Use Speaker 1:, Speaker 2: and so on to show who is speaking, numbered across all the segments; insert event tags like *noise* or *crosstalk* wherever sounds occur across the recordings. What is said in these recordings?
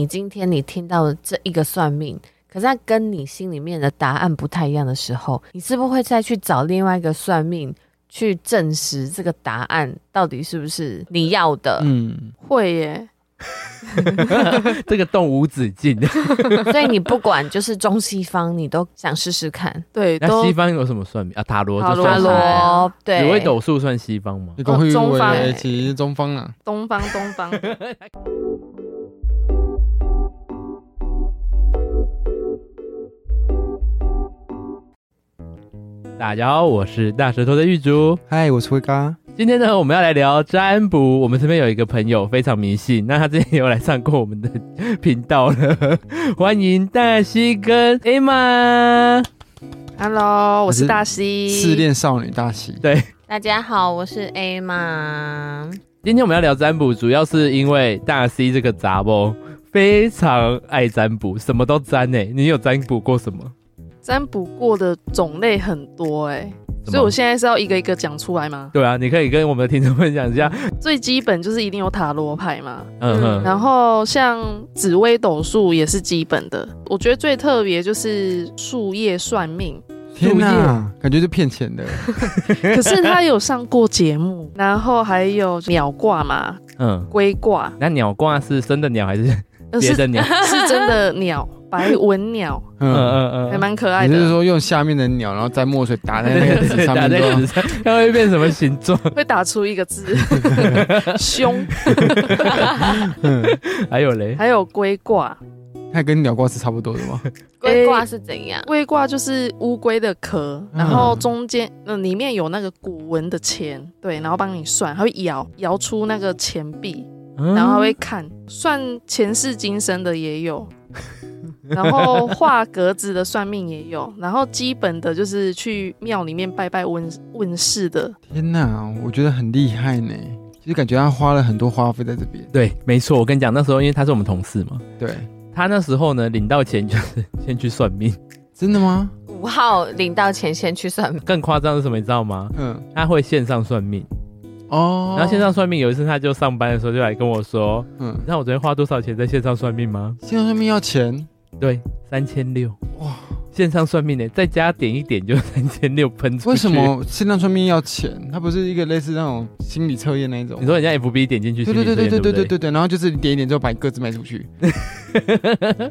Speaker 1: 你今天你听到的这一个算命，可是他跟你心里面的答案不太一样的时候，你是不是会再去找另外一个算命去证实这个答案到底是不是你要的？
Speaker 2: 嗯，
Speaker 3: 会耶，
Speaker 2: 这个洞无止境。 *laughs*
Speaker 1: 所以你不管就是中西方，你都想试试看。
Speaker 3: 对，
Speaker 2: 那
Speaker 3: 都
Speaker 2: 西方有什么算命啊？塔罗就
Speaker 3: 塔
Speaker 2: 算
Speaker 3: 罗
Speaker 2: 是吗
Speaker 1: 罗对，
Speaker 2: 紫微斗数算西方吗？
Speaker 4: 你讲去
Speaker 3: 哦中方哎
Speaker 2: 哎
Speaker 4: 为其实中方啊，
Speaker 3: 东方东方，
Speaker 2: 大家好，我是大舌头的玉竹。
Speaker 4: 嗨，我是辉哥，
Speaker 2: 今天呢，我们要来聊占卜。我们身边有一个朋友非常迷信，那他之前也有来上过我们的频道了。 *laughs* 欢迎大西跟 Emma。 *laughs*
Speaker 3: Hello，我
Speaker 4: 我
Speaker 3: 是
Speaker 4: 是
Speaker 3: 大西。
Speaker 4: 失恋少女大喜，
Speaker 2: 对，
Speaker 1: 大家好，我是 A 嘛。
Speaker 2: 今天我们要聊占卜，主要是因为大 C 这个杂包非常爱占卜，什么都占呢、欸你有占卜过什么？
Speaker 3: 占卜过的种类很多哎，所以我
Speaker 2: 什么
Speaker 3: 现在是要一个一个讲出来吗？
Speaker 2: 对啊，你可以跟我们的听众分享一下。
Speaker 3: 最基本就是一定有塔罗牌嘛，
Speaker 1: 嗯
Speaker 2: 嗯哼，
Speaker 3: 然后像紫微斗数也是基本的。我觉得最特别就是树叶算
Speaker 2: *laughs*
Speaker 3: 命，
Speaker 4: 天哪，感觉就骗钱的，
Speaker 3: 可是他有上过节目，然后还有鸟卦嘛、
Speaker 2: 嗯，
Speaker 3: 龟卦，
Speaker 2: 那鸟卦是生的鸟还是
Speaker 3: 呃
Speaker 2: 别
Speaker 3: 是
Speaker 2: 的鸟？
Speaker 3: *laughs* 是真的鸟，白纹鸟，
Speaker 2: 嗯
Speaker 4: 嗯，
Speaker 2: 嗯嗯，
Speaker 3: 还蛮可爱
Speaker 4: 你
Speaker 3: 的。
Speaker 4: 是说用下面的鸟，然后沾墨水打在那个
Speaker 2: *laughs*
Speaker 4: 纸上
Speaker 2: 打
Speaker 4: 面
Speaker 2: 在
Speaker 4: 就好
Speaker 2: 纸上，它会变什么形状？ *laughs*
Speaker 3: 会打出一个字，凶，
Speaker 2: 还有嘞，
Speaker 3: 还有龟卦，
Speaker 4: 它跟鸟挂是差不多的
Speaker 2: *laughs*
Speaker 4: 嘛，
Speaker 1: 龟卦是怎样？
Speaker 3: 龟卦就是乌龟的壳，
Speaker 4: 嗯
Speaker 3: 然后中间呃里面有那个古文的钱，对，然后帮你算，它会摇摇出那个钱币，
Speaker 2: 嗯
Speaker 3: 然后它会看算前世今生的也有。然后画格子的算命也有，然后基本的就是去庙里面拜拜问问事的，
Speaker 4: 天哪，我觉得很厉害呢，就是感觉他花了很多花费在这边，
Speaker 2: 对，没错，我跟你讲，那时候因为他是我们同事嘛，
Speaker 4: 对，
Speaker 2: 他那时候呢领到钱就是先去算命。 *laughs*
Speaker 4: 真的吗？
Speaker 1: 五号领到钱先去算命。
Speaker 2: 更夸张是什么，你知道吗？
Speaker 4: 嗯，
Speaker 2: 他会线上算命，
Speaker 4: 哦，
Speaker 2: 然后线上算命有一次他就上班的时候就来跟我说，
Speaker 4: 嗯，
Speaker 2: 你知道我昨天花多少钱在线上算命吗？
Speaker 4: 线上算命要钱，
Speaker 2: 对，三千六。
Speaker 4: 哇，
Speaker 2: 线上算命呢，再加点一点就 *laughs* 三千六喷出去。
Speaker 4: 为什？么线上算命要钱？它不是一个类似那种心理测验那一种
Speaker 2: 你？说人家 FB 点进去
Speaker 4: 对
Speaker 2: 心
Speaker 4: 对
Speaker 2: 理测
Speaker 4: 对
Speaker 2: 验，
Speaker 4: 对对
Speaker 2: 对
Speaker 4: 对对对对，然后就是你点一点之后把各自卖出去，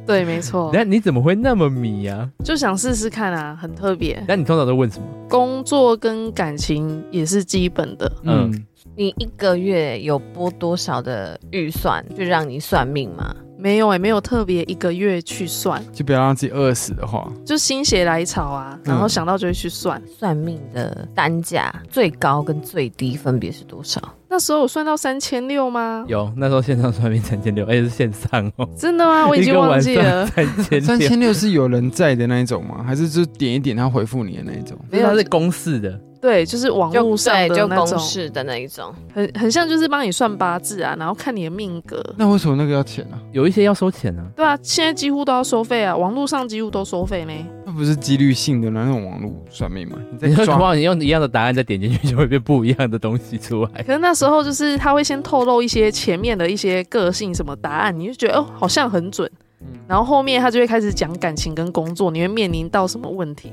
Speaker 3: 对，没错，
Speaker 2: 那你怎么会那么迷啊？
Speaker 3: 就想试试看啊，很特 *laughs* 别。
Speaker 2: 那你通常都问什么？
Speaker 3: 工作跟感情也是基本的，
Speaker 2: 嗯
Speaker 4: 嗯，
Speaker 1: 你一个月有拨多少的预算就让你算命吗？
Speaker 3: 没有哎、没有特别一个月去算，
Speaker 4: 就不要让自己饿死的话，
Speaker 3: 就心血来潮啊，
Speaker 2: 嗯
Speaker 3: 然后想到就会去算。
Speaker 1: 算命的单价最高跟最低分别是多少？
Speaker 3: 那时候我算到三千六吗？
Speaker 2: 有，那时候线上算命三千六，而且是线上哦，
Speaker 3: 真的 *laughs*
Speaker 2: *laughs*
Speaker 3: 吗？我已
Speaker 2: 一
Speaker 3: 经
Speaker 2: 个
Speaker 3: 忘
Speaker 2: 晚
Speaker 3: 记
Speaker 2: 上
Speaker 3: *laughs* 了。
Speaker 2: 三千
Speaker 4: 三
Speaker 2: 六，
Speaker 4: 千六是有人在的那一种吗？还是就点一点他回复你的那一种？
Speaker 2: 没有，它是公式的，
Speaker 3: 对，就是网
Speaker 1: 就
Speaker 3: 络上
Speaker 1: 对，
Speaker 3: 的
Speaker 1: 就
Speaker 3: 那
Speaker 1: 公
Speaker 3: 种，
Speaker 1: 式的那一种。
Speaker 3: 很很像就是帮你算八字啊，然后看你的命格。
Speaker 4: 那为什么那个要钱啊？
Speaker 2: 有一些要收钱啊。
Speaker 3: 对啊，现在几乎都要收费啊，网络上几乎都收费呢。
Speaker 4: 那不是几率性的那种网络算命吗？你在
Speaker 2: 你会恐
Speaker 4: 抓
Speaker 2: 怕你用一样的答案再点进去，就会变不一样的东西出来。
Speaker 3: 可是那时候就是他会先透露一些前面的一些个性什么答案，你就觉得哦好像很准，
Speaker 2: 嗯
Speaker 3: 然后后面他就会开始讲感情跟工作，你会面临到什么问题。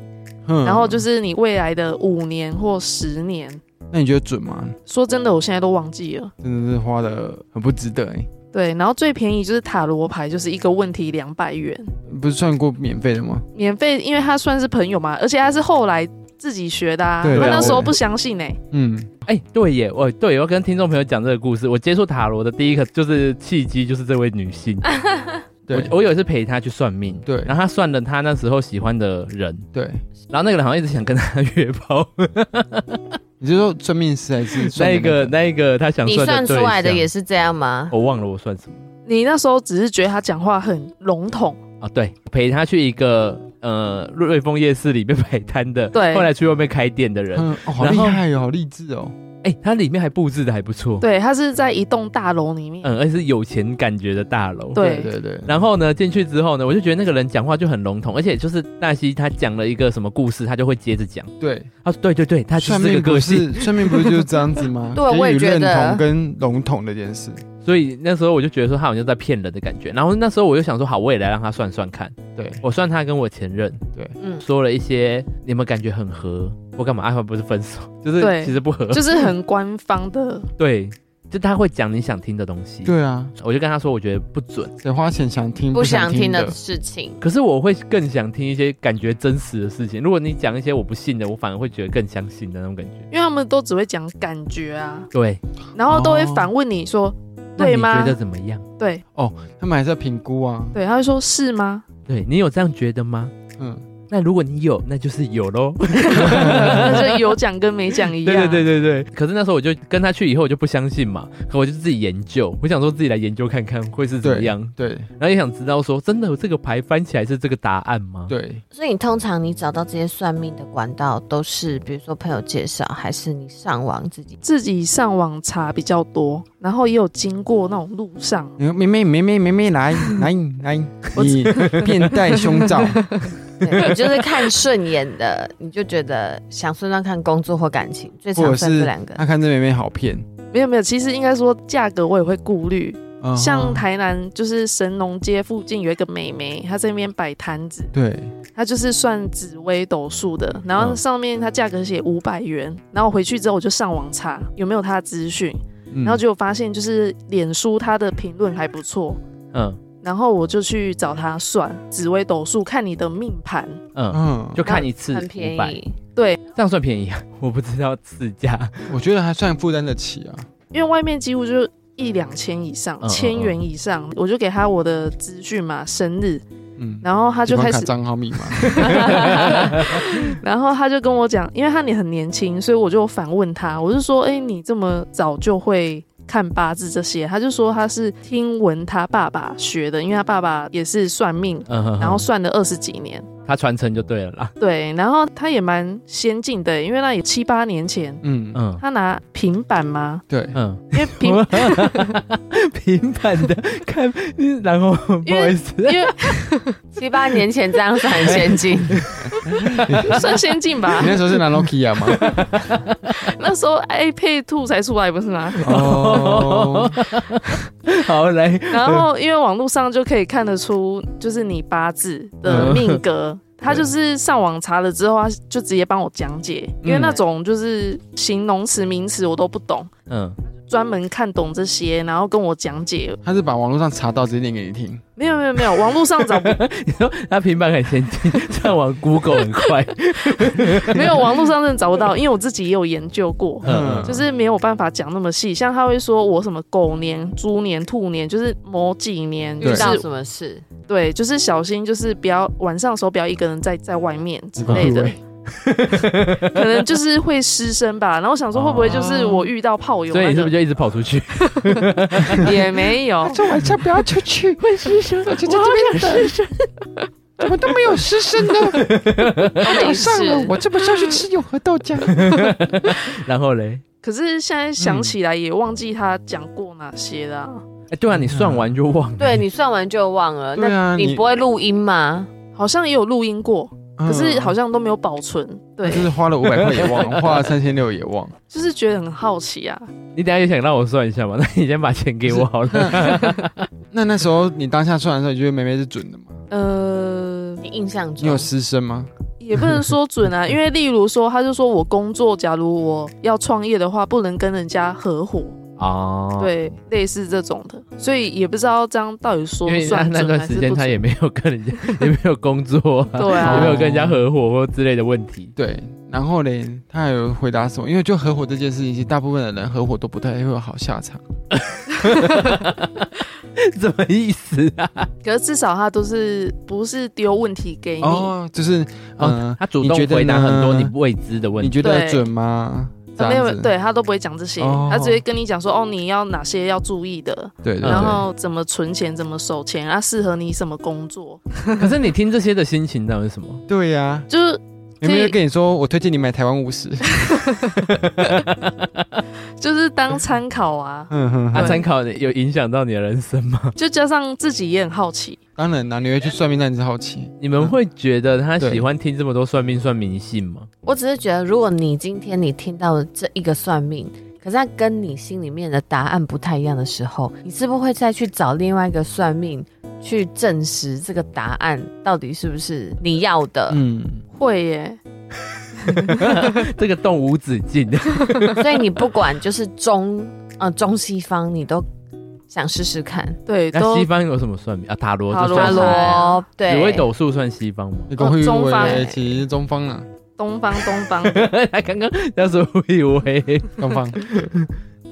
Speaker 4: 嗯
Speaker 3: 然后就是你未来的五年或十年。
Speaker 4: 那你觉得准吗？
Speaker 3: 说真的，我现在都忘记了。
Speaker 4: 真的是花的很不值得哎、
Speaker 3: 对，然后最便宜就是塔罗牌，就是一个问题两百元，
Speaker 4: 不是算过免费的吗？
Speaker 3: 免费，因为他算是朋友嘛，而且他是后来自己学的啊，
Speaker 4: 对
Speaker 3: 他
Speaker 2: 对
Speaker 3: 那时候
Speaker 4: 对
Speaker 3: 不相信呢、欸
Speaker 4: 嗯，
Speaker 2: 哎、对耶，我对我要跟听众朋友讲这个故事。我接触塔罗的第一个就是契机，就是这位女性。
Speaker 4: 对
Speaker 2: 我我有一次陪她去算命，
Speaker 4: 对
Speaker 2: 然后她算了她那时候喜欢的人，
Speaker 4: 对，
Speaker 2: 然后那个人好像一直想跟她约炮，
Speaker 4: 你就说算命师还是算
Speaker 2: 那一
Speaker 4: 的
Speaker 2: 个那一个她想
Speaker 1: 你
Speaker 2: 算的
Speaker 1: 算出
Speaker 2: 对
Speaker 1: 来的
Speaker 2: 象
Speaker 1: 也是这样吗？
Speaker 2: 我忘了我算什么
Speaker 3: 你那时候只是觉得他讲话很笼统，
Speaker 2: 啊？对，陪她去一个呃瑞丰夜市里面摆摊的，
Speaker 3: 对
Speaker 2: 后来去外面开店的人，
Speaker 4: 嗯，哦，好
Speaker 2: 然
Speaker 4: 厉
Speaker 2: 后
Speaker 4: 害哦，好励志哦，
Speaker 2: 哎、它里面还布置的还不错，
Speaker 3: 对他是在一栋大楼里面，
Speaker 2: 嗯，而且是有钱感觉的大楼，
Speaker 3: 对
Speaker 4: 对对，
Speaker 2: 然后呢，进去之后呢，我就觉得那个人讲话就很笼统，而且就是大西他讲了一个什么故事，他就会接着讲。
Speaker 4: 对，
Speaker 2: 他说对对对，他就是
Speaker 4: 算
Speaker 2: 这个
Speaker 4: 命
Speaker 2: 个
Speaker 4: 不
Speaker 2: 性，
Speaker 4: 是算命不是就是这样子吗
Speaker 1: *laughs* ？对我也
Speaker 4: 给予
Speaker 1: 觉得
Speaker 2: *laughs*
Speaker 4: 认同跟笼统的这件事，
Speaker 2: 所以那时候我就觉得说他好像在骗人的感觉。然后那时候我就想说，好，我也来让他算算看。
Speaker 4: 对
Speaker 2: 我算他跟我前任
Speaker 4: 对，
Speaker 1: 嗯，
Speaker 2: 说了一些，你们感觉很合，我干嘛？啊，不是分手，就是
Speaker 3: 对
Speaker 2: 其实不合。
Speaker 3: 就是很官方的，
Speaker 2: 对，就他会讲你想听的东西。
Speaker 4: 对啊，
Speaker 2: 我就跟他说，我觉得不准。
Speaker 4: 谁花钱想听
Speaker 1: 不想
Speaker 4: 想
Speaker 1: 听
Speaker 4: 的
Speaker 1: 的？事情，
Speaker 2: 可是我会更想听一些感觉真实的事情。如果你讲一些我不信的，我反而会觉得更相信的那种感觉。
Speaker 3: 因为他们都只会讲感觉啊，
Speaker 2: 对，
Speaker 3: 然后都会
Speaker 4: 哦
Speaker 3: 反问你说，
Speaker 2: 那
Speaker 3: 对
Speaker 2: 你
Speaker 3: 吗
Speaker 2: 觉得？怎么样？
Speaker 3: 对
Speaker 4: 他们还是要评估啊。
Speaker 3: 对，他会说是
Speaker 2: *laughs*
Speaker 3: 吗？ *laughs*
Speaker 2: 对你有这样觉得吗？
Speaker 4: 嗯，
Speaker 2: 那如果你有，那就是有喽。
Speaker 3: 那就有讲跟没讲一样。
Speaker 2: 对对对对对。可是那时候我就跟他去以后，我就不相信嘛，可我就自己研究，我想说自己来研究看看会是怎么样，
Speaker 4: 对
Speaker 2: 然后也想知道说真的有这个牌翻起来是这个答案吗？
Speaker 4: 对，
Speaker 1: 所以你通常你找到这些算命的管道都是，比如说朋友介绍，还是你上网自己？
Speaker 3: 自己上网查比较多，然后也有经过那种路上，
Speaker 4: 你说妹妹妹妹妹妹来 *coughs* 来来，
Speaker 3: 我
Speaker 4: 你面带胸罩，
Speaker 1: 对，你就是看顺眼的，你就觉得想算算看工作或感情，最
Speaker 4: 或
Speaker 1: 常
Speaker 4: 者
Speaker 1: 算
Speaker 4: 是
Speaker 1: 这两个。
Speaker 4: 他看这妹妹好骗，
Speaker 3: 没有没有，其实应该说价格我也会顾虑。
Speaker 4: 嗯
Speaker 3: 像台南就是神农街附近有一个美眉，她在那边摆摊子，
Speaker 4: 对
Speaker 3: 她就是算紫微斗数的，然后
Speaker 2: 嗯
Speaker 3: 上面她价格写五百元，然后我回去之后我就上网查有没有她的资讯，
Speaker 4: 嗯
Speaker 3: 然后就发现就是脸书她的评论还不错，
Speaker 2: 嗯
Speaker 3: 然后我就去找她算紫微斗数，看你的命盘，
Speaker 2: 嗯，
Speaker 4: 嗯，
Speaker 2: 就看一次
Speaker 1: 很便
Speaker 2: 500，
Speaker 1: 宜，
Speaker 2: 这样算便宜啊？ *laughs* 我不知道市价。
Speaker 4: 我觉得还算负担得起啊。
Speaker 3: 因为外面几乎就是一两千以上，
Speaker 2: 嗯嗯
Speaker 3: 千元以上，我就给他我的资讯嘛，生日，
Speaker 4: 嗯，
Speaker 3: 然后他就
Speaker 4: 提款
Speaker 3: 开
Speaker 4: 卡
Speaker 3: 始，
Speaker 4: 账号密码，
Speaker 3: *laughs* 然后他就跟我讲，因为他你很年轻，所以我就反问他，我就说，哎、你这么早就会看八字这些？他就说他是听闻他爸爸学的，因为他爸爸也是算命，
Speaker 2: 嗯哼哼，
Speaker 3: 然后算了二十几年，
Speaker 2: 他传承就对了啦。
Speaker 3: 对，然后他也蛮先进的，因为那也七八年前，
Speaker 4: 嗯嗯，
Speaker 2: 嗯
Speaker 3: 他拿平板吗？
Speaker 4: 对，
Speaker 2: 嗯，
Speaker 3: 因为平
Speaker 2: *laughs*
Speaker 3: *laughs*
Speaker 2: 平板的看， *laughs* 然后不好意思，
Speaker 3: 因为
Speaker 1: 七八年前这样算很先进，
Speaker 3: 算先进吧
Speaker 4: 你，那时候是拿 Nokia 吗？
Speaker 3: 那时候 iPad Two 才出来不是吗？
Speaker 4: 哦，
Speaker 2: 好来，
Speaker 3: 然后因为网络上就可以看得出，就是你八字的命格。他就是上网查了之后，他就直接帮我讲解，因为那种就是形容词、名词我都不懂，
Speaker 2: 嗯，
Speaker 3: 专门看懂这些，然后跟我讲解。
Speaker 4: 他是把网络上查到直接念给你听，
Speaker 3: 没有没有没有，网络上找不
Speaker 2: 你说他平板很先进，上 *laughs* 网 Google 很快，
Speaker 3: 没有，网络上真的找不到，因为我自己也有研究过，
Speaker 2: 嗯
Speaker 4: 嗯，
Speaker 3: 就是没有办法讲那么细。像他会说我什么狗年、猪年、兔年，就是某几年，就
Speaker 1: 遇
Speaker 4: 对
Speaker 3: 是
Speaker 1: 到什么事？
Speaker 3: 对，就是小心，就是不要晚上的时候不要一个人在在外面之类 *laughs*
Speaker 2: 嗯
Speaker 3: 的，
Speaker 2: *laughs*
Speaker 3: 可能就是会失声吧。然后我想说会不会就是我遇到炮友、
Speaker 2: 哦所以你是不是
Speaker 3: 就
Speaker 2: 就一直跑出去？
Speaker 3: 也没有？
Speaker 4: 这晚上不要出去，会失声， *laughs* 我就在这边等。怎么都没有失声呢？
Speaker 1: 没事，
Speaker 4: 我这不是要去吃永和豆
Speaker 3: *laughs*
Speaker 4: 浆？
Speaker 2: *laughs* 然后嘞，
Speaker 3: 可是现在想起来也忘记他讲过哪些啦、
Speaker 2: 哎，对啊，你算完就忘了，
Speaker 1: 对你算完就忘了，
Speaker 4: 对
Speaker 1: 那
Speaker 4: 啊，
Speaker 1: 你不会录音吗？
Speaker 3: 好像也有录音过，
Speaker 4: 嗯，
Speaker 3: 可是好像都没有保存。对
Speaker 2: 嗯
Speaker 4: 就，是花了五百块也忘，花了三千六也忘。
Speaker 3: *laughs* 就是觉得很好奇啊。
Speaker 2: 你等一下也想让我算一下嘛？ *laughs* 那你先把钱给我好了。
Speaker 3: *laughs*
Speaker 4: 那那时候你当下算的时候，你觉得梅梅是准的吗？
Speaker 3: 呃，
Speaker 1: 你印象
Speaker 4: 你
Speaker 1: 中
Speaker 4: 有失声吗？
Speaker 3: 也不能说准啊，因为例如说，他就说我工作，假如我要创业的话，不能跟人家合伙。
Speaker 2: 哦，，
Speaker 3: 对，类似这种的，所以也不知道这样到底说
Speaker 2: 因为那
Speaker 3: 算
Speaker 2: 那
Speaker 3: 准
Speaker 2: 段
Speaker 3: 还
Speaker 2: 时
Speaker 3: 是
Speaker 2: 间
Speaker 3: 不
Speaker 2: 他
Speaker 3: 准。
Speaker 2: 也没有跟人家 *laughs* 也没有工作啊，
Speaker 3: 对
Speaker 2: 也没
Speaker 3: 啊，
Speaker 2: 有跟人家合伙或之类的问题。
Speaker 4: 对，然后嘞，他还有回答什么？因为就合伙这件事情，其实大部分的人合伙都不太会有好下场。
Speaker 2: *laughs* 什么意思啊？
Speaker 3: 可是至少他都是不是丢问题给你，
Speaker 4: 哦，就是嗯、
Speaker 2: 他主动回答很多你未知的问
Speaker 4: 你觉
Speaker 2: 题。
Speaker 4: 得
Speaker 3: 对
Speaker 4: 准吗？这
Speaker 3: 他没
Speaker 4: 样
Speaker 3: 有
Speaker 4: 子，
Speaker 3: 对他都不会讲这些，
Speaker 4: 哦
Speaker 3: 他只会跟你讲说哦，你要哪些要注意的，
Speaker 4: 对对
Speaker 2: 嗯
Speaker 3: 然
Speaker 4: 对，
Speaker 3: 后怎么存钱，怎么守钱，啊，适合你什么工作，
Speaker 2: 可是你听这些的心情到底是 *laughs* 什么？
Speaker 4: 对呀、
Speaker 3: 就是
Speaker 4: 有没
Speaker 3: 可
Speaker 4: 有
Speaker 3: 以
Speaker 4: 跟你说我推荐你买台湾五 *laughs* 十？，
Speaker 3: 就是当参考啊
Speaker 2: *laughs*
Speaker 4: 嗯哼
Speaker 2: 他
Speaker 4: 哼，
Speaker 2: 参考有影响到你的人生吗？
Speaker 3: 就加上自己也很好奇，
Speaker 4: 当然啦，你会去算命，那你是好奇。
Speaker 2: 你们会觉得他
Speaker 4: 对
Speaker 2: 喜欢听这么多算命算迷信吗？
Speaker 1: 我只是觉得，如果你今天你听到了这一个算命，可是它跟你心里面的答案不太一样的时候，你是不是会再去找另外一个算命去证实这个答案到底是不是你要
Speaker 3: 呃
Speaker 1: 的？
Speaker 4: *laughs* 嗯，
Speaker 3: 会耶，
Speaker 2: *laughs* 这个洞无止境。
Speaker 1: 所以你不管就是中呃中西方，你都想试试看。
Speaker 3: 对，
Speaker 2: *laughs* 那
Speaker 3: 都
Speaker 2: 西方有什么算命啊？塔罗
Speaker 3: 塔罗
Speaker 2: 就算
Speaker 1: 塔
Speaker 2: 是
Speaker 3: 塔
Speaker 2: 吗
Speaker 1: 罗对，
Speaker 2: 紫微斗数算西方吗？ *laughs*
Speaker 4: 你公会
Speaker 3: 中
Speaker 4: 为
Speaker 3: 方
Speaker 4: 为
Speaker 3: 欸
Speaker 4: 其实中方啊，
Speaker 3: 东方，东方，
Speaker 2: 他刚刚那时候以为，
Speaker 4: 东方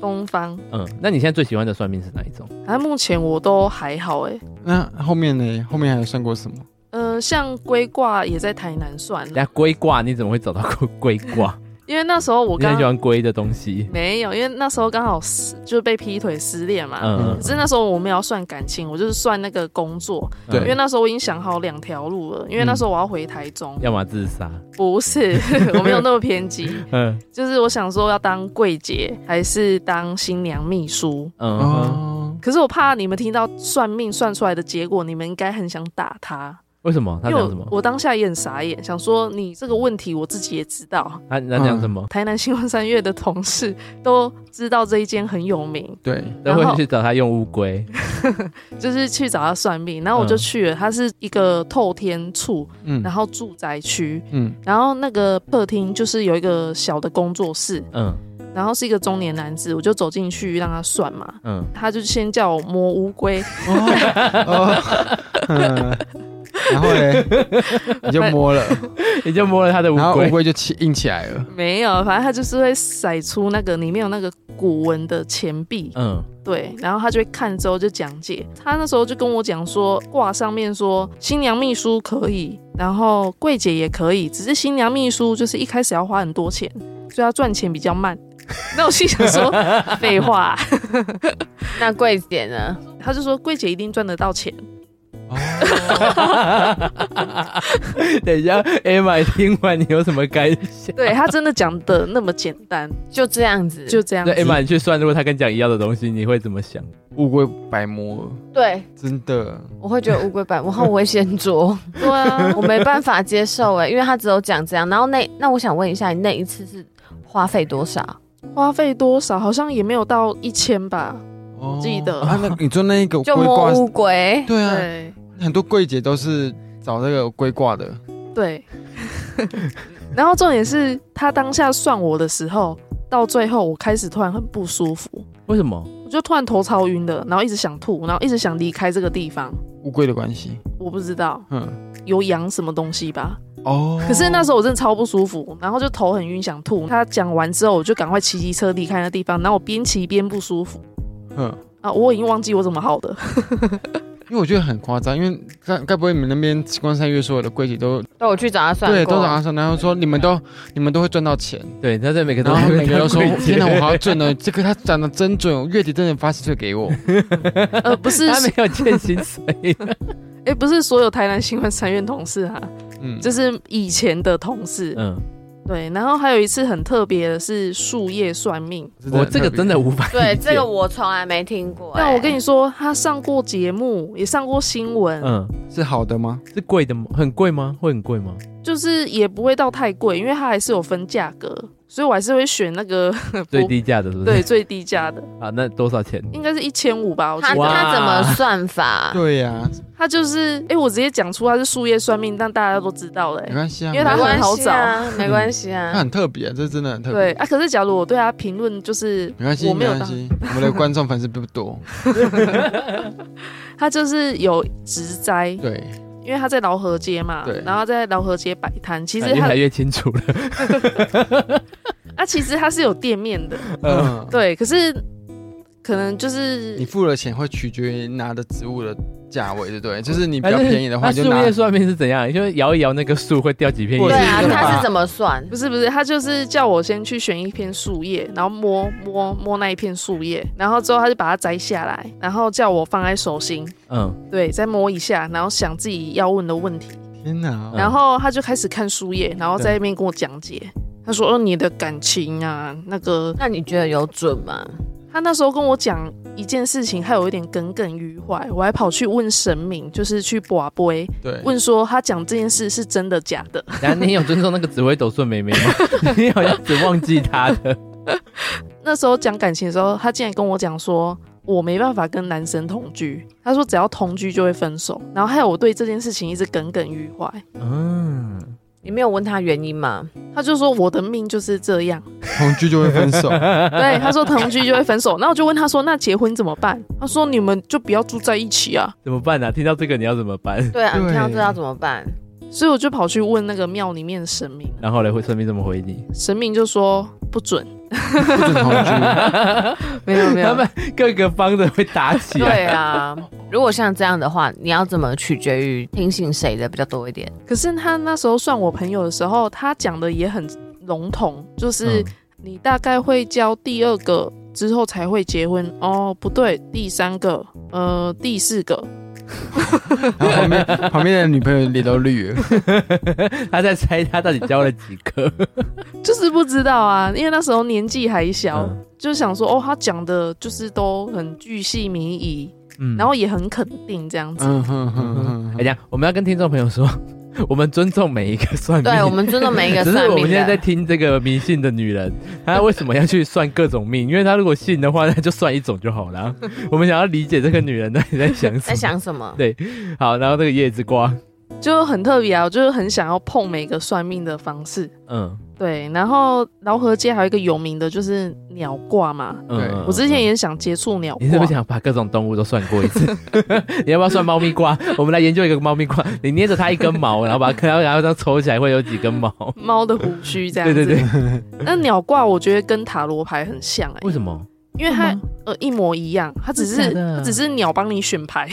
Speaker 3: 东方。 *laughs*
Speaker 2: 嗯，那你现在最喜欢的算命是哪一种？
Speaker 3: 反正目前我都还好哎。
Speaker 4: 那后面呢？后面还有算过什么？
Speaker 3: 呃，像龟卦也在台南算
Speaker 2: 人
Speaker 3: 了，
Speaker 2: 家龟卦，你怎么会找到 *laughs* 龟龟卦？
Speaker 3: 因为那时候我
Speaker 2: 你很
Speaker 3: 刚
Speaker 2: 喜欢龟的东西，
Speaker 3: 没有，因为那时候刚好失就是被劈腿失恋嘛。
Speaker 2: 嗯
Speaker 3: 可，是那时候我没有要算感情，我就是算那个工作，
Speaker 4: 对
Speaker 3: 因为那时候我已经想好两条路了，因为那时候我要回台中，
Speaker 2: 要么自杀，
Speaker 3: *laughs* 不是 *laughs* 我没有那么偏激，
Speaker 2: 嗯
Speaker 3: 就是我想说要当柜姐还是当新娘秘书，
Speaker 2: 嗯，
Speaker 4: 哦，
Speaker 3: 可是我怕你们听到算命算出来的结果，你们应该很想打他，
Speaker 2: 为什么？他
Speaker 3: 因为
Speaker 2: 讲什么
Speaker 3: 我？我当下也很傻眼，想说你这个问题我自己也知道，
Speaker 2: 他他讲什么？
Speaker 3: 台南新闻三月的同事都知道这一间很有名，
Speaker 4: 对，
Speaker 2: 他
Speaker 3: 然后
Speaker 2: 会去找他用乌龟，
Speaker 3: 就是去找他算命，然后我就
Speaker 2: 嗯
Speaker 3: 去了，它是一个透天处，
Speaker 4: 嗯，
Speaker 3: 然后住宅区，
Speaker 4: 嗯，
Speaker 3: 然后那个客厅就是有一个小的工作室，
Speaker 2: 嗯
Speaker 3: 然后是一个中年男子，我就走进去让他算嘛，
Speaker 2: 嗯，
Speaker 3: 他就先叫我摸乌龟，
Speaker 4: *laughs* 哦，嗯，然后嘞，你就摸了，
Speaker 2: 嗯你就摸了他的乌
Speaker 4: 然后乌
Speaker 2: 龟，
Speaker 4: 龟就起硬起来了。
Speaker 3: 没有，反正他就是会甩出那个里面有那个古文的钱币，
Speaker 2: 嗯， *laughs*
Speaker 3: 对，然后他就会看之后就讲解。他那时候就跟我讲说，卦上面说新娘秘书可以，然后柜姐也可以，只是新娘秘书就是一开始要花很多钱，所以她赚钱比较慢。 *laughs* 那我心想说，废 *laughs* 话，
Speaker 1: 那贵姐呢？
Speaker 3: 他就说柜姐一定赚得到钱。
Speaker 2: 等一下，Emma 听完你有什么感
Speaker 3: *laughs*
Speaker 2: 想？
Speaker 3: 对他真的讲的那么简单，
Speaker 1: 就这样子，
Speaker 3: 就这样
Speaker 2: 那
Speaker 3: 子。
Speaker 2: Emma 你去算，如果他跟你讲一样的东西，你会怎么想？
Speaker 4: 乌龟白摸了，
Speaker 1: 对
Speaker 4: 真的，
Speaker 1: 我会觉得乌龟版，我很危险捉，
Speaker 3: 对啊，
Speaker 1: 我没办法接受哎、因为他只有讲这样。然后那那我想问一下，你那一次是花费多少？
Speaker 3: 花费多少？好像也没有到一千吧。
Speaker 4: 哦
Speaker 3: 记得
Speaker 4: 啊，那你做那一个
Speaker 1: *laughs* 就
Speaker 4: 龟
Speaker 1: 摸
Speaker 4: 挂，
Speaker 1: 乌龟，
Speaker 4: 对啊，
Speaker 3: 对
Speaker 4: 很多柜姐都是找那个龟挂的，
Speaker 3: 对。 *laughs* 然后重点是他当下算我的时候，到最后我开始突然很不舒服，
Speaker 2: 为什么？
Speaker 3: 我就突然头超晕的，然后一直想吐，然后一直想离开这个地方。
Speaker 4: 乌龟的关系，
Speaker 3: 我不知道
Speaker 4: 嗯，
Speaker 3: 有养什么东西吧，
Speaker 4: 哦，
Speaker 3: 可是那时候我真的超不舒服，然后就头很晕，想吐。他讲完之后，我就赶快骑机车离开那地方，然后我边骑边不舒服
Speaker 4: 嗯。
Speaker 3: 啊，我已经忘记我怎么好的，
Speaker 4: 因为我觉得很夸张，因为该该不会你们那边光三月所有的柜姐都
Speaker 1: 都我去找他算
Speaker 4: 对
Speaker 1: 过，
Speaker 4: 都找他说，然后说你们都你们都会赚到钱，
Speaker 2: 对，他在每个
Speaker 4: 然
Speaker 2: 都
Speaker 4: 后每个都说
Speaker 2: 当柜姐
Speaker 4: 天哪，我好准哦，这个他讲的真准，我月底真的发薪水给 *laughs* 我，
Speaker 3: 呃，不是，
Speaker 2: *laughs* *laughs* 他没
Speaker 3: 哎、
Speaker 2: 有见薪
Speaker 4: *laughs*
Speaker 2: 水，
Speaker 3: 不是所有台南新闻三院同事啊，
Speaker 4: 嗯，
Speaker 3: 就是以前的同事，
Speaker 2: 嗯，
Speaker 3: 对。然后还有一次很特别的是树叶算命，
Speaker 2: 我这个真的无法理解
Speaker 1: 对这个我从来没听过、欸。
Speaker 3: 但我跟你说，他上过节目，也上过新闻，
Speaker 2: 嗯
Speaker 4: 是好的吗？
Speaker 2: 是贵的吗？很贵吗？会很贵吗？
Speaker 3: 就是也不会到太贵，因为它还是有分价格，所以我还是会选那个
Speaker 2: 最
Speaker 3: 不
Speaker 2: 低价的是不
Speaker 3: *laughs*
Speaker 2: 是？
Speaker 3: 对最低价的，
Speaker 2: 啊，那多少钱？
Speaker 3: 应该是一千五吧，我记
Speaker 1: 他
Speaker 3: 得。
Speaker 2: 哇
Speaker 1: 他怎么算法？
Speaker 3: 啊
Speaker 4: 对呀、
Speaker 3: 他就是，哎、我直接讲出他是树叶算命，但大家都知道了、
Speaker 4: 没
Speaker 3: 诶
Speaker 4: 关系啊，
Speaker 3: 因为
Speaker 1: 没
Speaker 3: 他
Speaker 1: 关
Speaker 3: 很好
Speaker 1: 系啊，没关系
Speaker 4: 它
Speaker 1: 啊。
Speaker 4: 很特别，这真的很特别。
Speaker 3: 对啊，可是假如我对他评论就是
Speaker 4: 没关系，
Speaker 3: 我没
Speaker 4: 没关
Speaker 3: 有当
Speaker 4: 系，我们的观众粉丝不
Speaker 3: *laughs*
Speaker 4: 多。
Speaker 3: 他就是有植栽，
Speaker 4: 对，
Speaker 3: 因为他在劳合街嘛
Speaker 4: 对，
Speaker 3: 然后在劳合街摆摊。其
Speaker 2: 啊
Speaker 3: 实
Speaker 2: 越
Speaker 3: 他
Speaker 2: 来越清楚了。
Speaker 3: 啊，其实他是有店面的，
Speaker 4: 嗯，
Speaker 3: 对，可是可能就
Speaker 4: 你
Speaker 3: 是
Speaker 4: 付了钱会取决于拿的植物的价位，对不
Speaker 3: *laughs*
Speaker 4: 对？就是你比
Speaker 2: 但
Speaker 4: 较
Speaker 2: 是
Speaker 4: 便宜的话，
Speaker 2: 哎
Speaker 4: 你
Speaker 2: 那
Speaker 4: 就
Speaker 2: 树
Speaker 4: 拿
Speaker 2: 叶算命是怎样？因为摇一摇那个树会掉几片叶
Speaker 4: 我
Speaker 1: 对
Speaker 2: 子。
Speaker 1: 啊，
Speaker 4: 是一个
Speaker 1: 他
Speaker 4: 吧
Speaker 1: 是怎么算？
Speaker 3: 不是不是，他就是叫我先去选一片树叶，然后摸摸摸那一片树叶，然后之后他就把它摘下来，然后叫我放在手心，
Speaker 4: 啊
Speaker 2: 嗯，
Speaker 3: 对，再摸一下，然后想自己要问的问题。
Speaker 4: 天哪，
Speaker 2: 嗯
Speaker 3: 然后他就开始看书页，然后在那边跟我讲解。他说：“哦，你的感情啊，那个……
Speaker 1: 那你觉得有准吗？
Speaker 3: 他那时候跟我讲一件事情，还有一点耿耿于怀。我还跑去问神明，就是去卜龟，
Speaker 4: 对，
Speaker 3: 问说他讲这件事是真的假的。
Speaker 4: *laughs*
Speaker 2: 然后你有尊重那个紫微斗顺妹妹吗？你好像只忘记她的。
Speaker 3: 那时候讲感情的时候，他竟然跟我讲说，我没办法跟男生同居。他说只要同居就会分手，然后还有我对这件事情一直耿耿于怀。
Speaker 2: 嗯，
Speaker 1: 你没有问他原因吗？
Speaker 3: 他就说我的命就是这样，
Speaker 4: 同居就会分 *laughs* 手，
Speaker 3: 对，他说同居就会分手。那我就问他说，那结婚怎么办？他说你们就不要住在一起啊。
Speaker 2: 怎么办呢、啊？听到这个你要怎么办？
Speaker 1: 对啊，你看到这
Speaker 4: 对
Speaker 1: 要怎么办？
Speaker 3: 所以我就跑去问那个庙里面的神明，
Speaker 2: 然后嘞，会顺便这么回
Speaker 4: *laughs*
Speaker 2: 你，
Speaker 3: 神明就说不准，
Speaker 4: 不准同居。
Speaker 1: 没有没
Speaker 2: 他们各个方的会打起来。
Speaker 1: 对啊，如果像这样的话，你要怎么取决于听信谁的比较多一点？
Speaker 3: 可是他那时候算我朋友的时候，他讲的也很笼统，就
Speaker 4: *laughs*
Speaker 3: 是
Speaker 2: 嗯
Speaker 3: 你大概会交第二个之后才会结婚哦，不对，第三个，呃，第四个，
Speaker 4: 然后旁边旁边的女朋友脸都绿了，
Speaker 2: 他在猜他到底交了几个。
Speaker 3: 就是不知道啊，因为那时候年纪还小，
Speaker 2: 嗯
Speaker 3: 就想说哦，他讲的就是都很巨细靡遗，
Speaker 2: 嗯
Speaker 3: 然后也很肯定这样子。
Speaker 4: 嗯哼哼哼 *laughs*
Speaker 2: 哎
Speaker 4: 哼，
Speaker 2: 呀，我们要跟听众朋友说， *laughs* 我们尊重每一个 *laughs* 算命。
Speaker 1: 对我们尊重每一个
Speaker 2: 只是
Speaker 1: 算
Speaker 2: 我们
Speaker 1: 命
Speaker 2: 现在在
Speaker 1: 的。
Speaker 2: 听这个迷信的女人，她为什么要去算各种命？因为她如果信的话，那就算一种就好了。我们想要理解这个女人到底在想什
Speaker 1: 在
Speaker 2: 么。
Speaker 1: 想什么？
Speaker 2: 好，然后这个叶子瓜，
Speaker 3: 就很特别啊，我就是很想要碰每个算命的方式。
Speaker 2: 嗯
Speaker 3: 对，然后饶河街还有一个有名的就是鸟卦嘛，
Speaker 2: 嗯
Speaker 4: 对
Speaker 2: 嗯，
Speaker 3: 我之前
Speaker 2: 嗯。
Speaker 3: 也啊想接触鸟卦。
Speaker 2: 你是不是想把各种动物都算过一次？ *laughs* 你要不要算猫咪卦？我们来研究一个猫咪卦，你捏着它一根毛，然后把它，然后这样抽起来会有几根毛？
Speaker 3: 猫的胡须这样
Speaker 2: 对
Speaker 3: 子？
Speaker 2: 对对，
Speaker 3: 那鸟卦我觉得跟塔罗牌很像哎、
Speaker 2: 为什么？
Speaker 3: 因为它呃一模一样，它只
Speaker 2: 真
Speaker 3: 是
Speaker 2: 的假的
Speaker 3: 它只是鸟帮你选
Speaker 2: *laughs*
Speaker 3: 牌，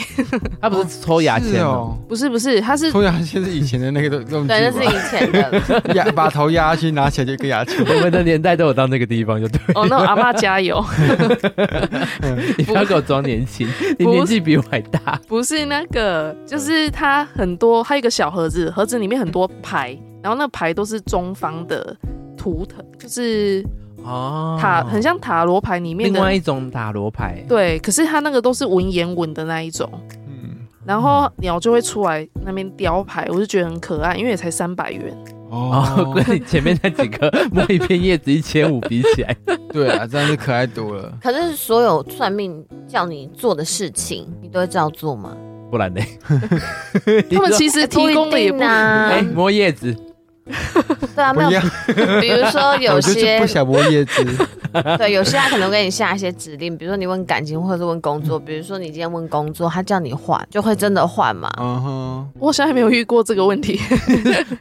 Speaker 2: 它不是抽牙
Speaker 4: 是
Speaker 2: 签哦？
Speaker 4: 哦，
Speaker 3: 不是不是，它是
Speaker 4: 抽牙签是以前的那个东
Speaker 1: 对，那是
Speaker 4: 西
Speaker 1: 以前的。 *laughs*
Speaker 4: 吧，牙把头 *laughs* 压下去，拿起来就一个牙签。
Speaker 2: 我们的年代都有到那个地方，就对。
Speaker 3: *laughs* 哦那种阿嬷加油， *laughs*
Speaker 2: 你不要给我装年轻，你
Speaker 3: 不
Speaker 2: 年纪比我还大。
Speaker 3: 不是那个，就是它很多，它有一个小盒子，盒子里面很多牌，然后那牌都是中方的图腾，就是
Speaker 2: 哦
Speaker 3: 塔很像塔罗牌里面
Speaker 2: 另
Speaker 3: 的
Speaker 2: 外一种塔罗牌，
Speaker 3: 对，可是它那个都是文言文的那一种，
Speaker 4: 嗯，
Speaker 3: 然后鸟就会出来那边雕牌，我就觉得很可爱，因为也才三百元。
Speaker 2: *laughs* 哦， *laughs*
Speaker 4: 哦，
Speaker 2: 跟你前面那几个摸一片叶子一千五比起来， *laughs*
Speaker 4: 对啊，这样是可爱多了。
Speaker 1: 可是所有算命叫你做的事情，你都会照做吗？
Speaker 2: 不然呢？
Speaker 3: *laughs* 他们
Speaker 2: 实
Speaker 3: 其实提供的
Speaker 1: 哎不一
Speaker 3: 也不
Speaker 1: 定啊
Speaker 2: 哎，摸叶子，
Speaker 1: 对
Speaker 2: 哎
Speaker 1: 啊，
Speaker 4: 不
Speaker 1: 没有
Speaker 4: 要，，
Speaker 1: 比如说有
Speaker 2: *laughs*
Speaker 4: 我就是
Speaker 1: 些
Speaker 4: 不想摸叶子。
Speaker 1: 对，有些他可能给你下一些指令，比如说你问感情或者是问工作，比如说你今天问工作，他叫你换，就会真的换嘛？
Speaker 2: 哦
Speaker 4: 嗯哼，
Speaker 3: 我好像还没有遇过这个问题。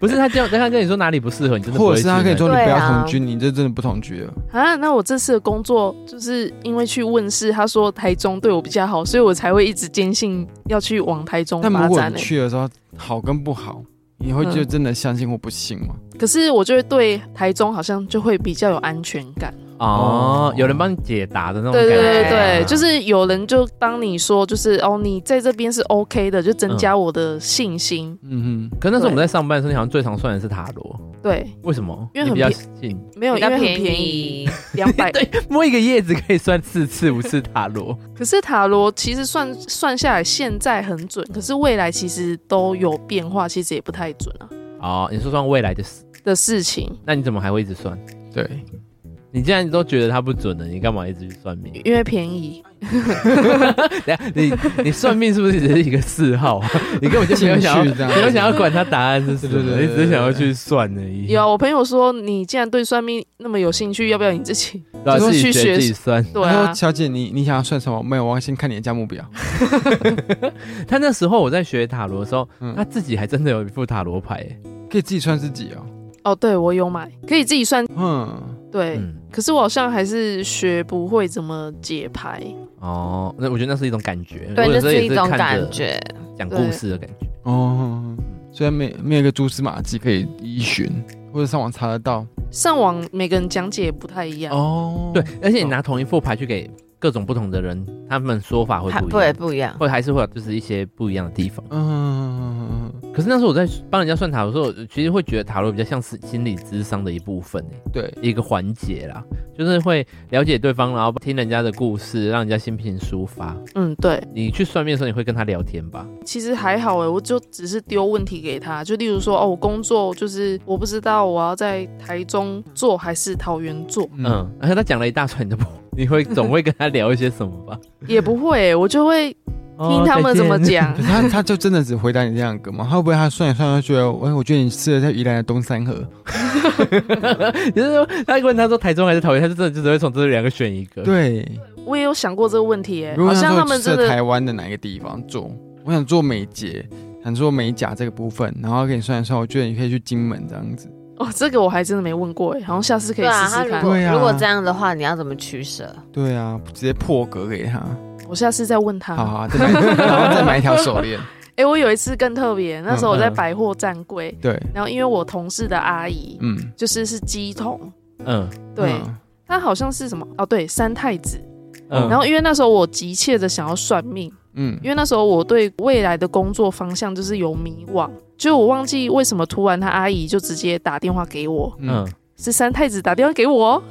Speaker 2: 不是他这样，他跟你说哪里不适合，你真的不
Speaker 4: 或
Speaker 2: 会
Speaker 4: 者
Speaker 2: 去
Speaker 4: 是他跟你说你
Speaker 1: 对
Speaker 4: 不要
Speaker 1: 啊
Speaker 4: 同居，你这真的不同居了。
Speaker 3: 啊，那我这次的工作就是因为去问世，他说台中对我比较好，所以我才会一直坚信要去往台中
Speaker 4: 但
Speaker 3: 发
Speaker 4: 如果
Speaker 3: 展、
Speaker 4: 你
Speaker 3: 欸。
Speaker 4: 去的时候好跟不好，你会就真的相信或不信吗？
Speaker 3: 可是我就会对台中好像就会比较有安全感。
Speaker 2: 哦
Speaker 4: 哦，
Speaker 2: 有人帮你解答的那种感
Speaker 3: 对
Speaker 2: 觉，
Speaker 3: 对
Speaker 2: 哎
Speaker 3: 对对，
Speaker 1: 啊
Speaker 3: 就是有人就帮你说，就是哦，你在这边是 OK 的，就
Speaker 2: 嗯
Speaker 3: 增加我的信心。
Speaker 4: 嗯哼，
Speaker 2: 可是那时候我们在上班的时候，你好像最常算的是塔罗，
Speaker 3: 对，
Speaker 2: 为什么？
Speaker 3: 因为
Speaker 2: 你
Speaker 3: 很
Speaker 2: 比较
Speaker 3: 便
Speaker 2: 信。。
Speaker 3: 没有，
Speaker 1: 比
Speaker 3: 因
Speaker 1: 较
Speaker 3: 为很
Speaker 1: 便
Speaker 3: 便宜，两
Speaker 1: *laughs*
Speaker 3: 百
Speaker 2: 对， *laughs* 摸一个叶子可以算四次、五次塔罗。
Speaker 3: 可是塔罗其实算算下来现在很准，可是未来其实都有变化，其实也不太准啊
Speaker 2: 哦，你说算未来的事，
Speaker 3: 的事情，
Speaker 2: 那你怎么还会一直算？
Speaker 4: 对，
Speaker 2: 你既然都觉得它不准了，你干嘛一直去算命？
Speaker 3: 因为便宜。
Speaker 2: 等下，你你算命是不是只是一个嗜好啊？你根本就没有想要，
Speaker 4: 兴趣这样
Speaker 2: 没有想要管他答案是什么，
Speaker 4: 对对对对
Speaker 2: 你只是想要去算而
Speaker 4: 嗯
Speaker 2: 已。
Speaker 3: 有啊，我朋友说你既然对算命那么有兴趣，要不要你自己？ *laughs*
Speaker 2: 然后
Speaker 3: 就
Speaker 2: 啊
Speaker 3: 是
Speaker 2: 自己
Speaker 3: 去
Speaker 2: 学
Speaker 3: 学
Speaker 2: 自己算。
Speaker 3: 对
Speaker 4: 他
Speaker 3: 啊
Speaker 4: 说，哎小姐，你你想要算什么？没有，我要先看你的价目表。
Speaker 2: 他那时候我在学塔罗的时候，
Speaker 4: 嗯
Speaker 2: 他自己还真的有一副塔罗牌欸。
Speaker 4: 可以自己算自己哦。
Speaker 3: 哦，对我有买，可以自己算。
Speaker 4: 嗯，
Speaker 3: 对，
Speaker 2: 嗯，
Speaker 3: 可是我好像还是学不会怎么解牌。
Speaker 2: 哦，那我觉得那是一种感觉，我
Speaker 1: 对，
Speaker 2: 有
Speaker 1: 就
Speaker 2: 时候
Speaker 1: 是
Speaker 2: 也
Speaker 1: 一种
Speaker 2: 看着
Speaker 1: 感觉。
Speaker 2: 讲故事的感觉。
Speaker 4: 哦，虽然没没有一个蛛丝马迹可以依循，或者上网查得到。
Speaker 3: 上网每个人讲解也不太一样，
Speaker 4: 哦
Speaker 2: 对，而且你拿同一副牌去给各种不同的人，他们说法会
Speaker 1: 还
Speaker 2: 不一
Speaker 1: 对
Speaker 2: 样，
Speaker 1: 不一样。
Speaker 2: 会还是会有就是一些不一样的地方。
Speaker 4: 嗯，嗯嗯
Speaker 2: 可是那时候我在帮人家算塔罗的时候，我其实会觉得塔罗比较像是心理智商的一部分、欸
Speaker 4: 对，
Speaker 2: 一个环节啦，就是会了解对方，然后听人家的故事，让人家心情抒发。
Speaker 3: 嗯，对，
Speaker 2: 你去算命的时候，你会跟他聊天吧？
Speaker 3: 其实还好欸诶，我就只是丢问题给他，就例如说，哦，我工作就是我不知道我要在台中做还是桃园做，
Speaker 2: 嗯，然后他讲了一大串，你都不，你会总会跟他聊一些什么吧？
Speaker 3: 也不会诶，我就会
Speaker 4: 哦
Speaker 2: 哦
Speaker 3: 听他们怎么讲
Speaker 4: *laughs* 可。是他他就真的只回答你这两个吗？他会不会他算一算，他觉得，哎，我觉得你适合在宜兰的东山河。
Speaker 2: 哦。再见就是说，他问他说台中还是桃园，他就真的就只会从这两个选一个。，
Speaker 4: 对，
Speaker 3: 我也有想过这个问题诶，欸
Speaker 4: 如
Speaker 3: 好
Speaker 4: 果
Speaker 3: 像他
Speaker 4: 说
Speaker 3: 们
Speaker 4: 适
Speaker 3: 真
Speaker 4: 合
Speaker 3: 的
Speaker 4: 台湾的哪一个地方做，我想做美睫，想做美甲这个部分，然后给你算一算，我觉得你可以去金门这样子。
Speaker 3: 哦，这个我还真的没问过诶，欸好像下次可以
Speaker 1: 对啊，
Speaker 3: 试
Speaker 1: 他
Speaker 3: 试
Speaker 1: 如
Speaker 3: 看。
Speaker 1: 果
Speaker 4: 对啊
Speaker 1: 如果这样的话，你要怎么取舍？
Speaker 4: 对啊，直接破格给他，
Speaker 3: 我下次再问他。
Speaker 4: 好好，再买然后再买一条手
Speaker 3: *laughs*
Speaker 4: 链。
Speaker 3: 哎、我有一次更特别，那时候我在
Speaker 4: 嗯
Speaker 3: 百货站柜，
Speaker 4: 对，
Speaker 3: 然后因为我同事的阿姨、
Speaker 4: 嗯，
Speaker 3: 就是是鸡桶，
Speaker 2: 嗯
Speaker 3: 对，
Speaker 4: 嗯
Speaker 3: 她好像是什么哦，对，三太子。
Speaker 2: 嗯，
Speaker 3: 然后因为那时候我急切的想要算命，
Speaker 4: 嗯，
Speaker 3: 因为那时候我对未来的工作方向就是有迷惘，就我忘记为什么突然她阿姨就直接打电话给我，
Speaker 2: 嗯，
Speaker 3: 是三太子打电话给我，哦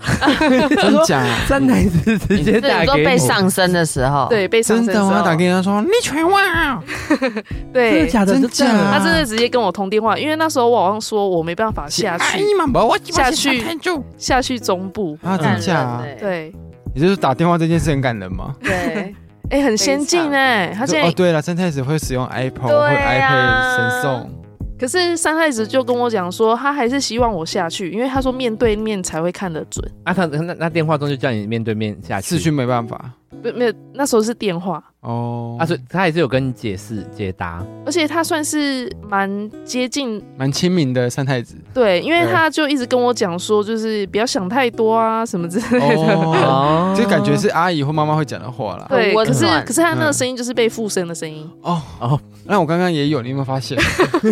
Speaker 4: 真假？
Speaker 2: 三奶子直接
Speaker 1: 是
Speaker 2: 打
Speaker 1: 你说
Speaker 2: 给
Speaker 1: 被
Speaker 2: 我，
Speaker 1: 上身的时候，，
Speaker 3: 对，被上
Speaker 4: 真
Speaker 3: 身
Speaker 4: 的
Speaker 3: 时
Speaker 4: 吗？
Speaker 3: 候
Speaker 4: 打给人家说你啊全忘，
Speaker 2: 真的
Speaker 3: 对。
Speaker 2: 假的？
Speaker 4: 真
Speaker 2: 就这样
Speaker 4: 假
Speaker 3: 她真的直接跟我通电话，因为那时候我好像说我没办法下
Speaker 4: 哎
Speaker 3: 去，
Speaker 4: 妈妈，我
Speaker 3: 下去
Speaker 4: 就
Speaker 3: 下去中部。
Speaker 4: 啊，
Speaker 2: 感
Speaker 4: 真
Speaker 1: 感
Speaker 2: 人
Speaker 1: 人
Speaker 4: 假？
Speaker 1: 对
Speaker 3: 对，
Speaker 4: 也就是打电话这件事很感人
Speaker 1: *laughs*
Speaker 4: 吗？
Speaker 1: 对，
Speaker 3: *laughs* 哎、很先进哎、她
Speaker 4: 就
Speaker 3: 现在
Speaker 4: 哦，对了，三太子会使用 Apple 或
Speaker 1: 对啊
Speaker 4: iPad 神送，
Speaker 3: 可是三太子就跟我讲说，他还是希望我下去，因为他说面对面才会看得准。
Speaker 2: 啊，他那那电话中就叫你面对面下
Speaker 4: 视
Speaker 2: 去
Speaker 4: 讯没啊办法
Speaker 3: 不，没有，那时候是电话，
Speaker 4: 哦。
Speaker 2: 啊，所以他也是有跟你解释解答。
Speaker 3: 而且他算是蛮接近，
Speaker 4: 蛮亲民的三太子
Speaker 3: 对，因为他就一直跟我讲说，就是不要想太多啊，什么之类的。
Speaker 4: *laughs* 哦，
Speaker 2: 哦
Speaker 4: 就感觉是阿姨或妈妈会讲的话啦。
Speaker 3: *laughs* 对，
Speaker 1: 很温
Speaker 3: 可是
Speaker 1: 暖
Speaker 3: 可是他那个
Speaker 4: 嗯
Speaker 3: 声音就是被附身的声音，
Speaker 4: 哦
Speaker 2: 哦
Speaker 4: 哦，那我刚刚也有，你有没有发现？
Speaker 2: *laughs*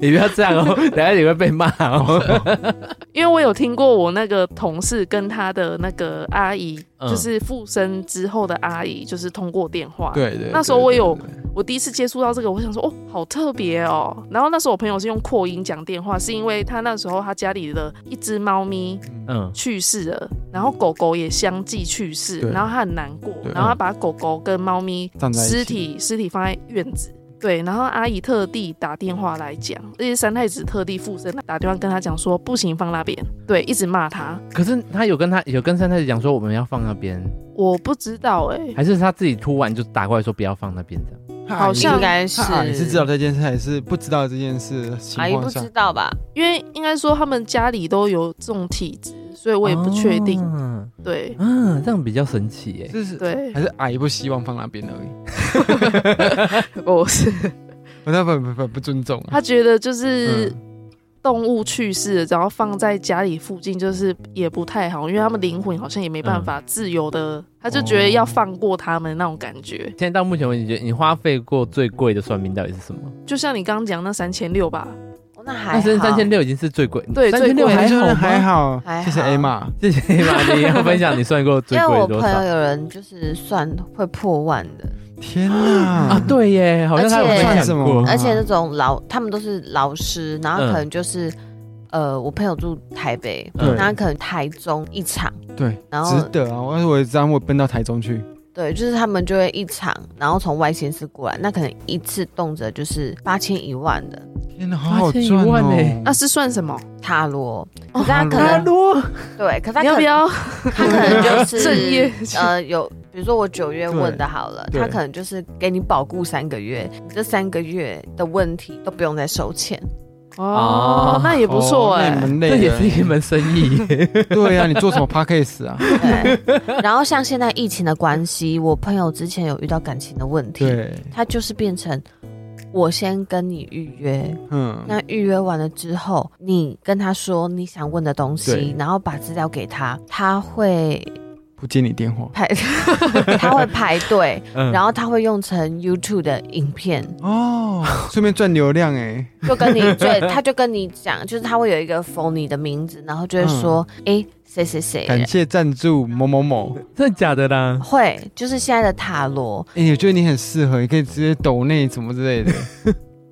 Speaker 2: 你不要这样哦，等下你会被骂 *laughs* 哦。
Speaker 3: 因为我有听过我那个同事跟他的那个阿姨，
Speaker 2: 嗯
Speaker 3: 就是附身之后的阿姨，就是通过电话。
Speaker 4: *laughs* 对对对，
Speaker 3: 那时候我有
Speaker 4: 对对对
Speaker 3: 我第一次接触到这个，我想说哦，好特别哦。然后那时候我朋友是用扩音讲电话，是因为他那时候他家里的一只猫咪
Speaker 2: 嗯，
Speaker 3: 去世了，然后狗狗也相继去世，
Speaker 4: 对
Speaker 3: 然后他很难过，
Speaker 4: 对
Speaker 3: 然后他把狗狗跟猫咪
Speaker 4: 站在一起
Speaker 3: 尸体尸体放在院子。对，然后阿姨特地打电话来讲，而且三太子特地附身打电话跟他讲说不行放那边，对，一直骂他。
Speaker 2: 可是他有跟他有跟三太子讲说我们要放那边，
Speaker 3: 我不知道哎、
Speaker 2: 还是他自己突然就打过来说不要放那边的？
Speaker 4: 他
Speaker 3: 好
Speaker 4: 阿姨
Speaker 3: 像
Speaker 1: 应该是
Speaker 4: 他阿姨是知道这件事还是不知道这件事的情
Speaker 1: 阿姨不
Speaker 4: 况下
Speaker 1: 知？道吧？
Speaker 3: 因为应该说他们家里都有这种体质，所以我也不确定。
Speaker 4: 哦
Speaker 2: 嗯、
Speaker 3: 对
Speaker 2: 嗯，这样比较神奇耶。
Speaker 4: 就是
Speaker 3: 对，
Speaker 4: 还是阿姨不希望放那边而已，
Speaker 3: 不是， *laughs*
Speaker 4: 不那不不不不尊重啊。
Speaker 3: 他觉得就是
Speaker 4: 嗯
Speaker 3: 动物去世了，然后放在家里附近，就是也不太好，因为他们灵魂好像也没办法自由的，他就觉得要放过他们那种感觉。
Speaker 2: 现在到目前为止，你觉得你花费过最贵的算命到底是什么？
Speaker 3: 就像你刚刚讲那三千六吧，
Speaker 1: 哦那还
Speaker 2: 但是三千
Speaker 1: 好，
Speaker 2: 六已经是最贵，
Speaker 3: 对
Speaker 2: 三千
Speaker 3: 最
Speaker 2: 六
Speaker 3: 贵
Speaker 2: 还好吗
Speaker 4: 还。
Speaker 2: *laughs*
Speaker 4: 好
Speaker 1: 还，好
Speaker 4: 谢谢 A 玛。
Speaker 2: 谢谢你玛丽，要分享你算过最
Speaker 1: 因为
Speaker 2: 贵
Speaker 1: 我朋
Speaker 2: 的多
Speaker 1: 友
Speaker 2: 少
Speaker 1: 有人就是算会破万的，
Speaker 4: 天哪！
Speaker 2: *laughs* 啊？对耶，好像他有
Speaker 1: 而且
Speaker 2: 分享过
Speaker 4: 哇
Speaker 1: 而且那种老他们都是老师，然后可能就是、呃，我朋友住台北，
Speaker 2: 对
Speaker 1: 然后可能台中一场，
Speaker 4: 对，
Speaker 1: 然后
Speaker 4: 值得啊！我要是我这样，我奔到台中去，
Speaker 1: 对，就是他们就会一场，然后从外县市过来，那可能一次动辄就是八千一万的
Speaker 4: 天哪，好好赚
Speaker 2: 81万
Speaker 4: 哦
Speaker 2: 欸！
Speaker 1: 啊
Speaker 3: 那是算什么？
Speaker 1: 塔罗，可是他可
Speaker 4: 塔
Speaker 1: 能、
Speaker 2: 啊罗，
Speaker 1: 对，可是他
Speaker 3: 你要
Speaker 1: 可
Speaker 3: 不
Speaker 1: 能他
Speaker 3: 要
Speaker 1: 可能就
Speaker 3: 正业
Speaker 1: 是？呃有，比如说我九月问的好了，
Speaker 4: 对
Speaker 1: 他可能就是给你保固三个月，你这三个月的问题都不用再收
Speaker 4: *laughs*
Speaker 1: 钱，
Speaker 2: 哦
Speaker 3: 哦，那也不错
Speaker 4: 哦
Speaker 3: 哎、
Speaker 1: 欸
Speaker 4: 那你们累
Speaker 2: 这
Speaker 4: 了
Speaker 2: 也是一门生意
Speaker 1: *laughs*
Speaker 2: 耶。
Speaker 4: *laughs* 对啊，你做什么 podcast 啊？
Speaker 1: 对。然后像现在疫情的关系，我朋友之前有遇到感情的问题，
Speaker 4: 对，
Speaker 1: 他就是变成我先跟你预约，
Speaker 4: 嗯，
Speaker 1: 那预约完了之后，你跟他说你想问的东西
Speaker 4: 对，
Speaker 1: 然后把资料给他，他会
Speaker 4: 不接你电话。
Speaker 1: 排， *laughs* 他会排队，
Speaker 2: 嗯
Speaker 1: 然后他会用成 YouTube 的影片，
Speaker 4: 哦，顺便赚流量哎、
Speaker 1: 就跟你
Speaker 4: *laughs*
Speaker 1: 对，他就跟你讲，就是他会有一个 phone 你的名字，然后就会说，哎、谁谁谁
Speaker 4: 嗯感，谢赞助某某某。
Speaker 2: 真的假的啦？
Speaker 1: 会，就是现在的塔罗，
Speaker 4: 哎、我觉得你很适合，你可以直接抖内什么之类的。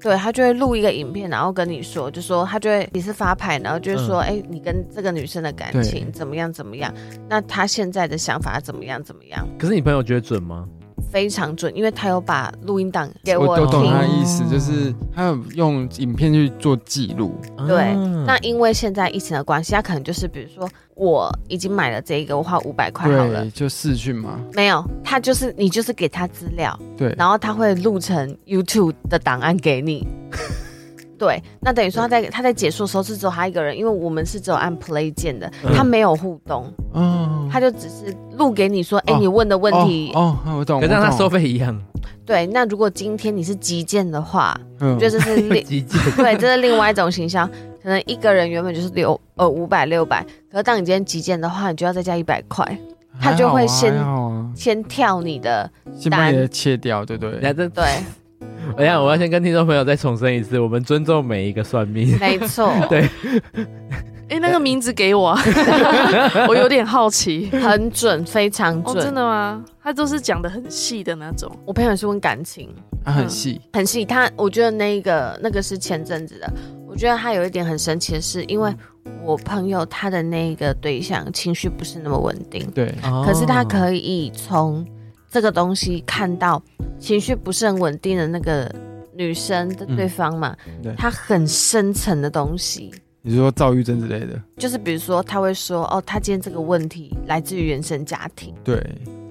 Speaker 1: 对他就会录一个影片，然后跟你说，就说他就会也是发牌，然后就是说，哎、你跟这个女生的感情
Speaker 4: 嗯对
Speaker 1: 怎么样怎么样？那他现在的想法怎么样怎么样？
Speaker 2: 可是你朋友觉得准吗？
Speaker 1: 非常准，因为他有把录音档给
Speaker 4: 我
Speaker 1: 听。
Speaker 4: 懂他的意
Speaker 2: 哦
Speaker 4: 思，就是他有用影片去做记录。
Speaker 1: 对
Speaker 2: 啊，
Speaker 1: 那因为现在疫情的关系，他可能就是比如说，我已经买了这一个，我花五百块好了
Speaker 4: 对，，就视讯嘛。
Speaker 1: 没有，他就是你就是给他资料，
Speaker 4: 对，
Speaker 1: 然后他会录成 YouTube 的档案给你。对，那等于说他在他在解说的时候是只有他一个人，因为我们是只有按 play 键的，
Speaker 2: 嗯
Speaker 1: 他没有互动，
Speaker 4: 哦，
Speaker 1: 他就只是录给你说，哎、
Speaker 4: 哦
Speaker 1: 你问的问题，
Speaker 4: 哦，哦我懂。
Speaker 2: 可是让
Speaker 4: 我
Speaker 2: 他
Speaker 4: 懂
Speaker 2: 收，费一样，
Speaker 1: 对，那如果今天你是击剑的话，
Speaker 4: 嗯
Speaker 1: 就是是
Speaker 2: *laughs*
Speaker 1: 另
Speaker 2: 极简。
Speaker 1: 对，这是另外一种形象，可能一个人原本就是六呃五百六百，可是当你今天击剑的话，你就要再加一百块，他就会先
Speaker 4: 还好啊
Speaker 1: 先跳你的
Speaker 4: 先把你的切掉，对不对？
Speaker 2: 等一下这，
Speaker 1: *laughs* 对，
Speaker 2: *laughs* 等一哎下我要先跟听众朋友再重申一次，我们尊重每一个算命。
Speaker 1: 没错，
Speaker 2: 对
Speaker 3: 哎、那个名字给我、啊，我有点好奇。
Speaker 1: 很准，非常
Speaker 3: 哦，
Speaker 1: 准。
Speaker 3: 真的吗？他都是讲的很细的那种。
Speaker 1: 我朋友是问感情，
Speaker 4: 它
Speaker 3: 嗯
Speaker 4: 很细，
Speaker 1: 很细。他我觉得那一个那个是前阵子的，我觉得他有一点很神奇的是，因为我朋友他的那一个对象情绪不是那么稳定，
Speaker 4: 对，
Speaker 1: *laughs* 可是他
Speaker 2: 哦
Speaker 1: 可以从这个东西看到情绪不是很稳定的那个女生的对方嘛，
Speaker 4: 嗯对
Speaker 1: 她很深层的东西。
Speaker 4: 你是说躁郁症之类的，
Speaker 1: 就是比如说，他会说：“哦，他今天这个问题来自于原生家庭，
Speaker 4: 对，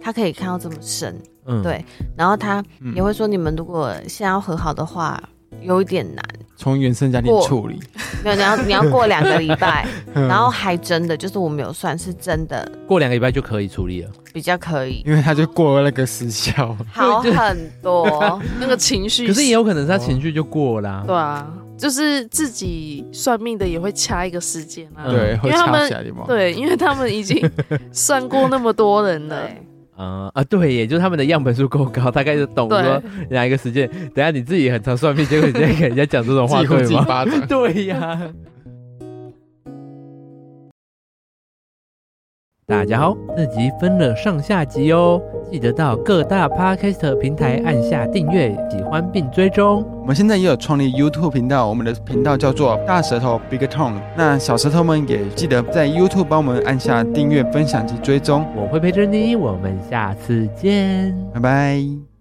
Speaker 1: 他可以看到这么深。
Speaker 2: 嗯
Speaker 1: 对然后他
Speaker 4: 嗯
Speaker 1: 也会说，你们如果现在要和好的话，有一点难，
Speaker 4: 从原生家庭
Speaker 1: 过
Speaker 4: 处理，
Speaker 1: 没有，你要你要过两个礼拜，
Speaker 4: 嗯
Speaker 1: 然后还真的就是我没有算，是真的
Speaker 2: 过两个礼拜就可以处理了。
Speaker 1: 比较可以，
Speaker 4: 因为他就过了那个时效，
Speaker 1: 好很多。
Speaker 3: 那个情绪，
Speaker 2: 可是也有可能是他情绪就过啦。
Speaker 3: 对啊，就是自己算命的也会掐一个时间啊。
Speaker 2: 嗯
Speaker 4: 对，
Speaker 3: 因
Speaker 4: 会
Speaker 3: 为他
Speaker 4: 掐
Speaker 3: 们
Speaker 4: 起来的嘛，
Speaker 3: 对，因为他们已经算过那么多人
Speaker 1: *laughs*
Speaker 3: 了。
Speaker 1: 对，
Speaker 2: 啊啊，对耶，就是他们的样本数够高，大概就懂
Speaker 3: 对
Speaker 2: 说，哪一个时间。等一下你自己也很常算命，结果你在给人家讲这种
Speaker 4: *laughs* 自
Speaker 2: 话，
Speaker 4: 己会
Speaker 2: 对
Speaker 4: 自己
Speaker 2: 吗？。
Speaker 4: 巴掌
Speaker 2: *laughs* 对呀。大家好，这集分了上下集哦，记得到各大 podcast 平台按下订阅、喜欢并追踪。
Speaker 4: 我们现在也有创立 YouTube 频道，我们的频道叫做大舌头 Big Tongue，那小舌头们也记得在 YouTube 帮我们按下订阅、分享及追踪，
Speaker 2: 我会陪着你，我们下次见。
Speaker 4: 拜拜。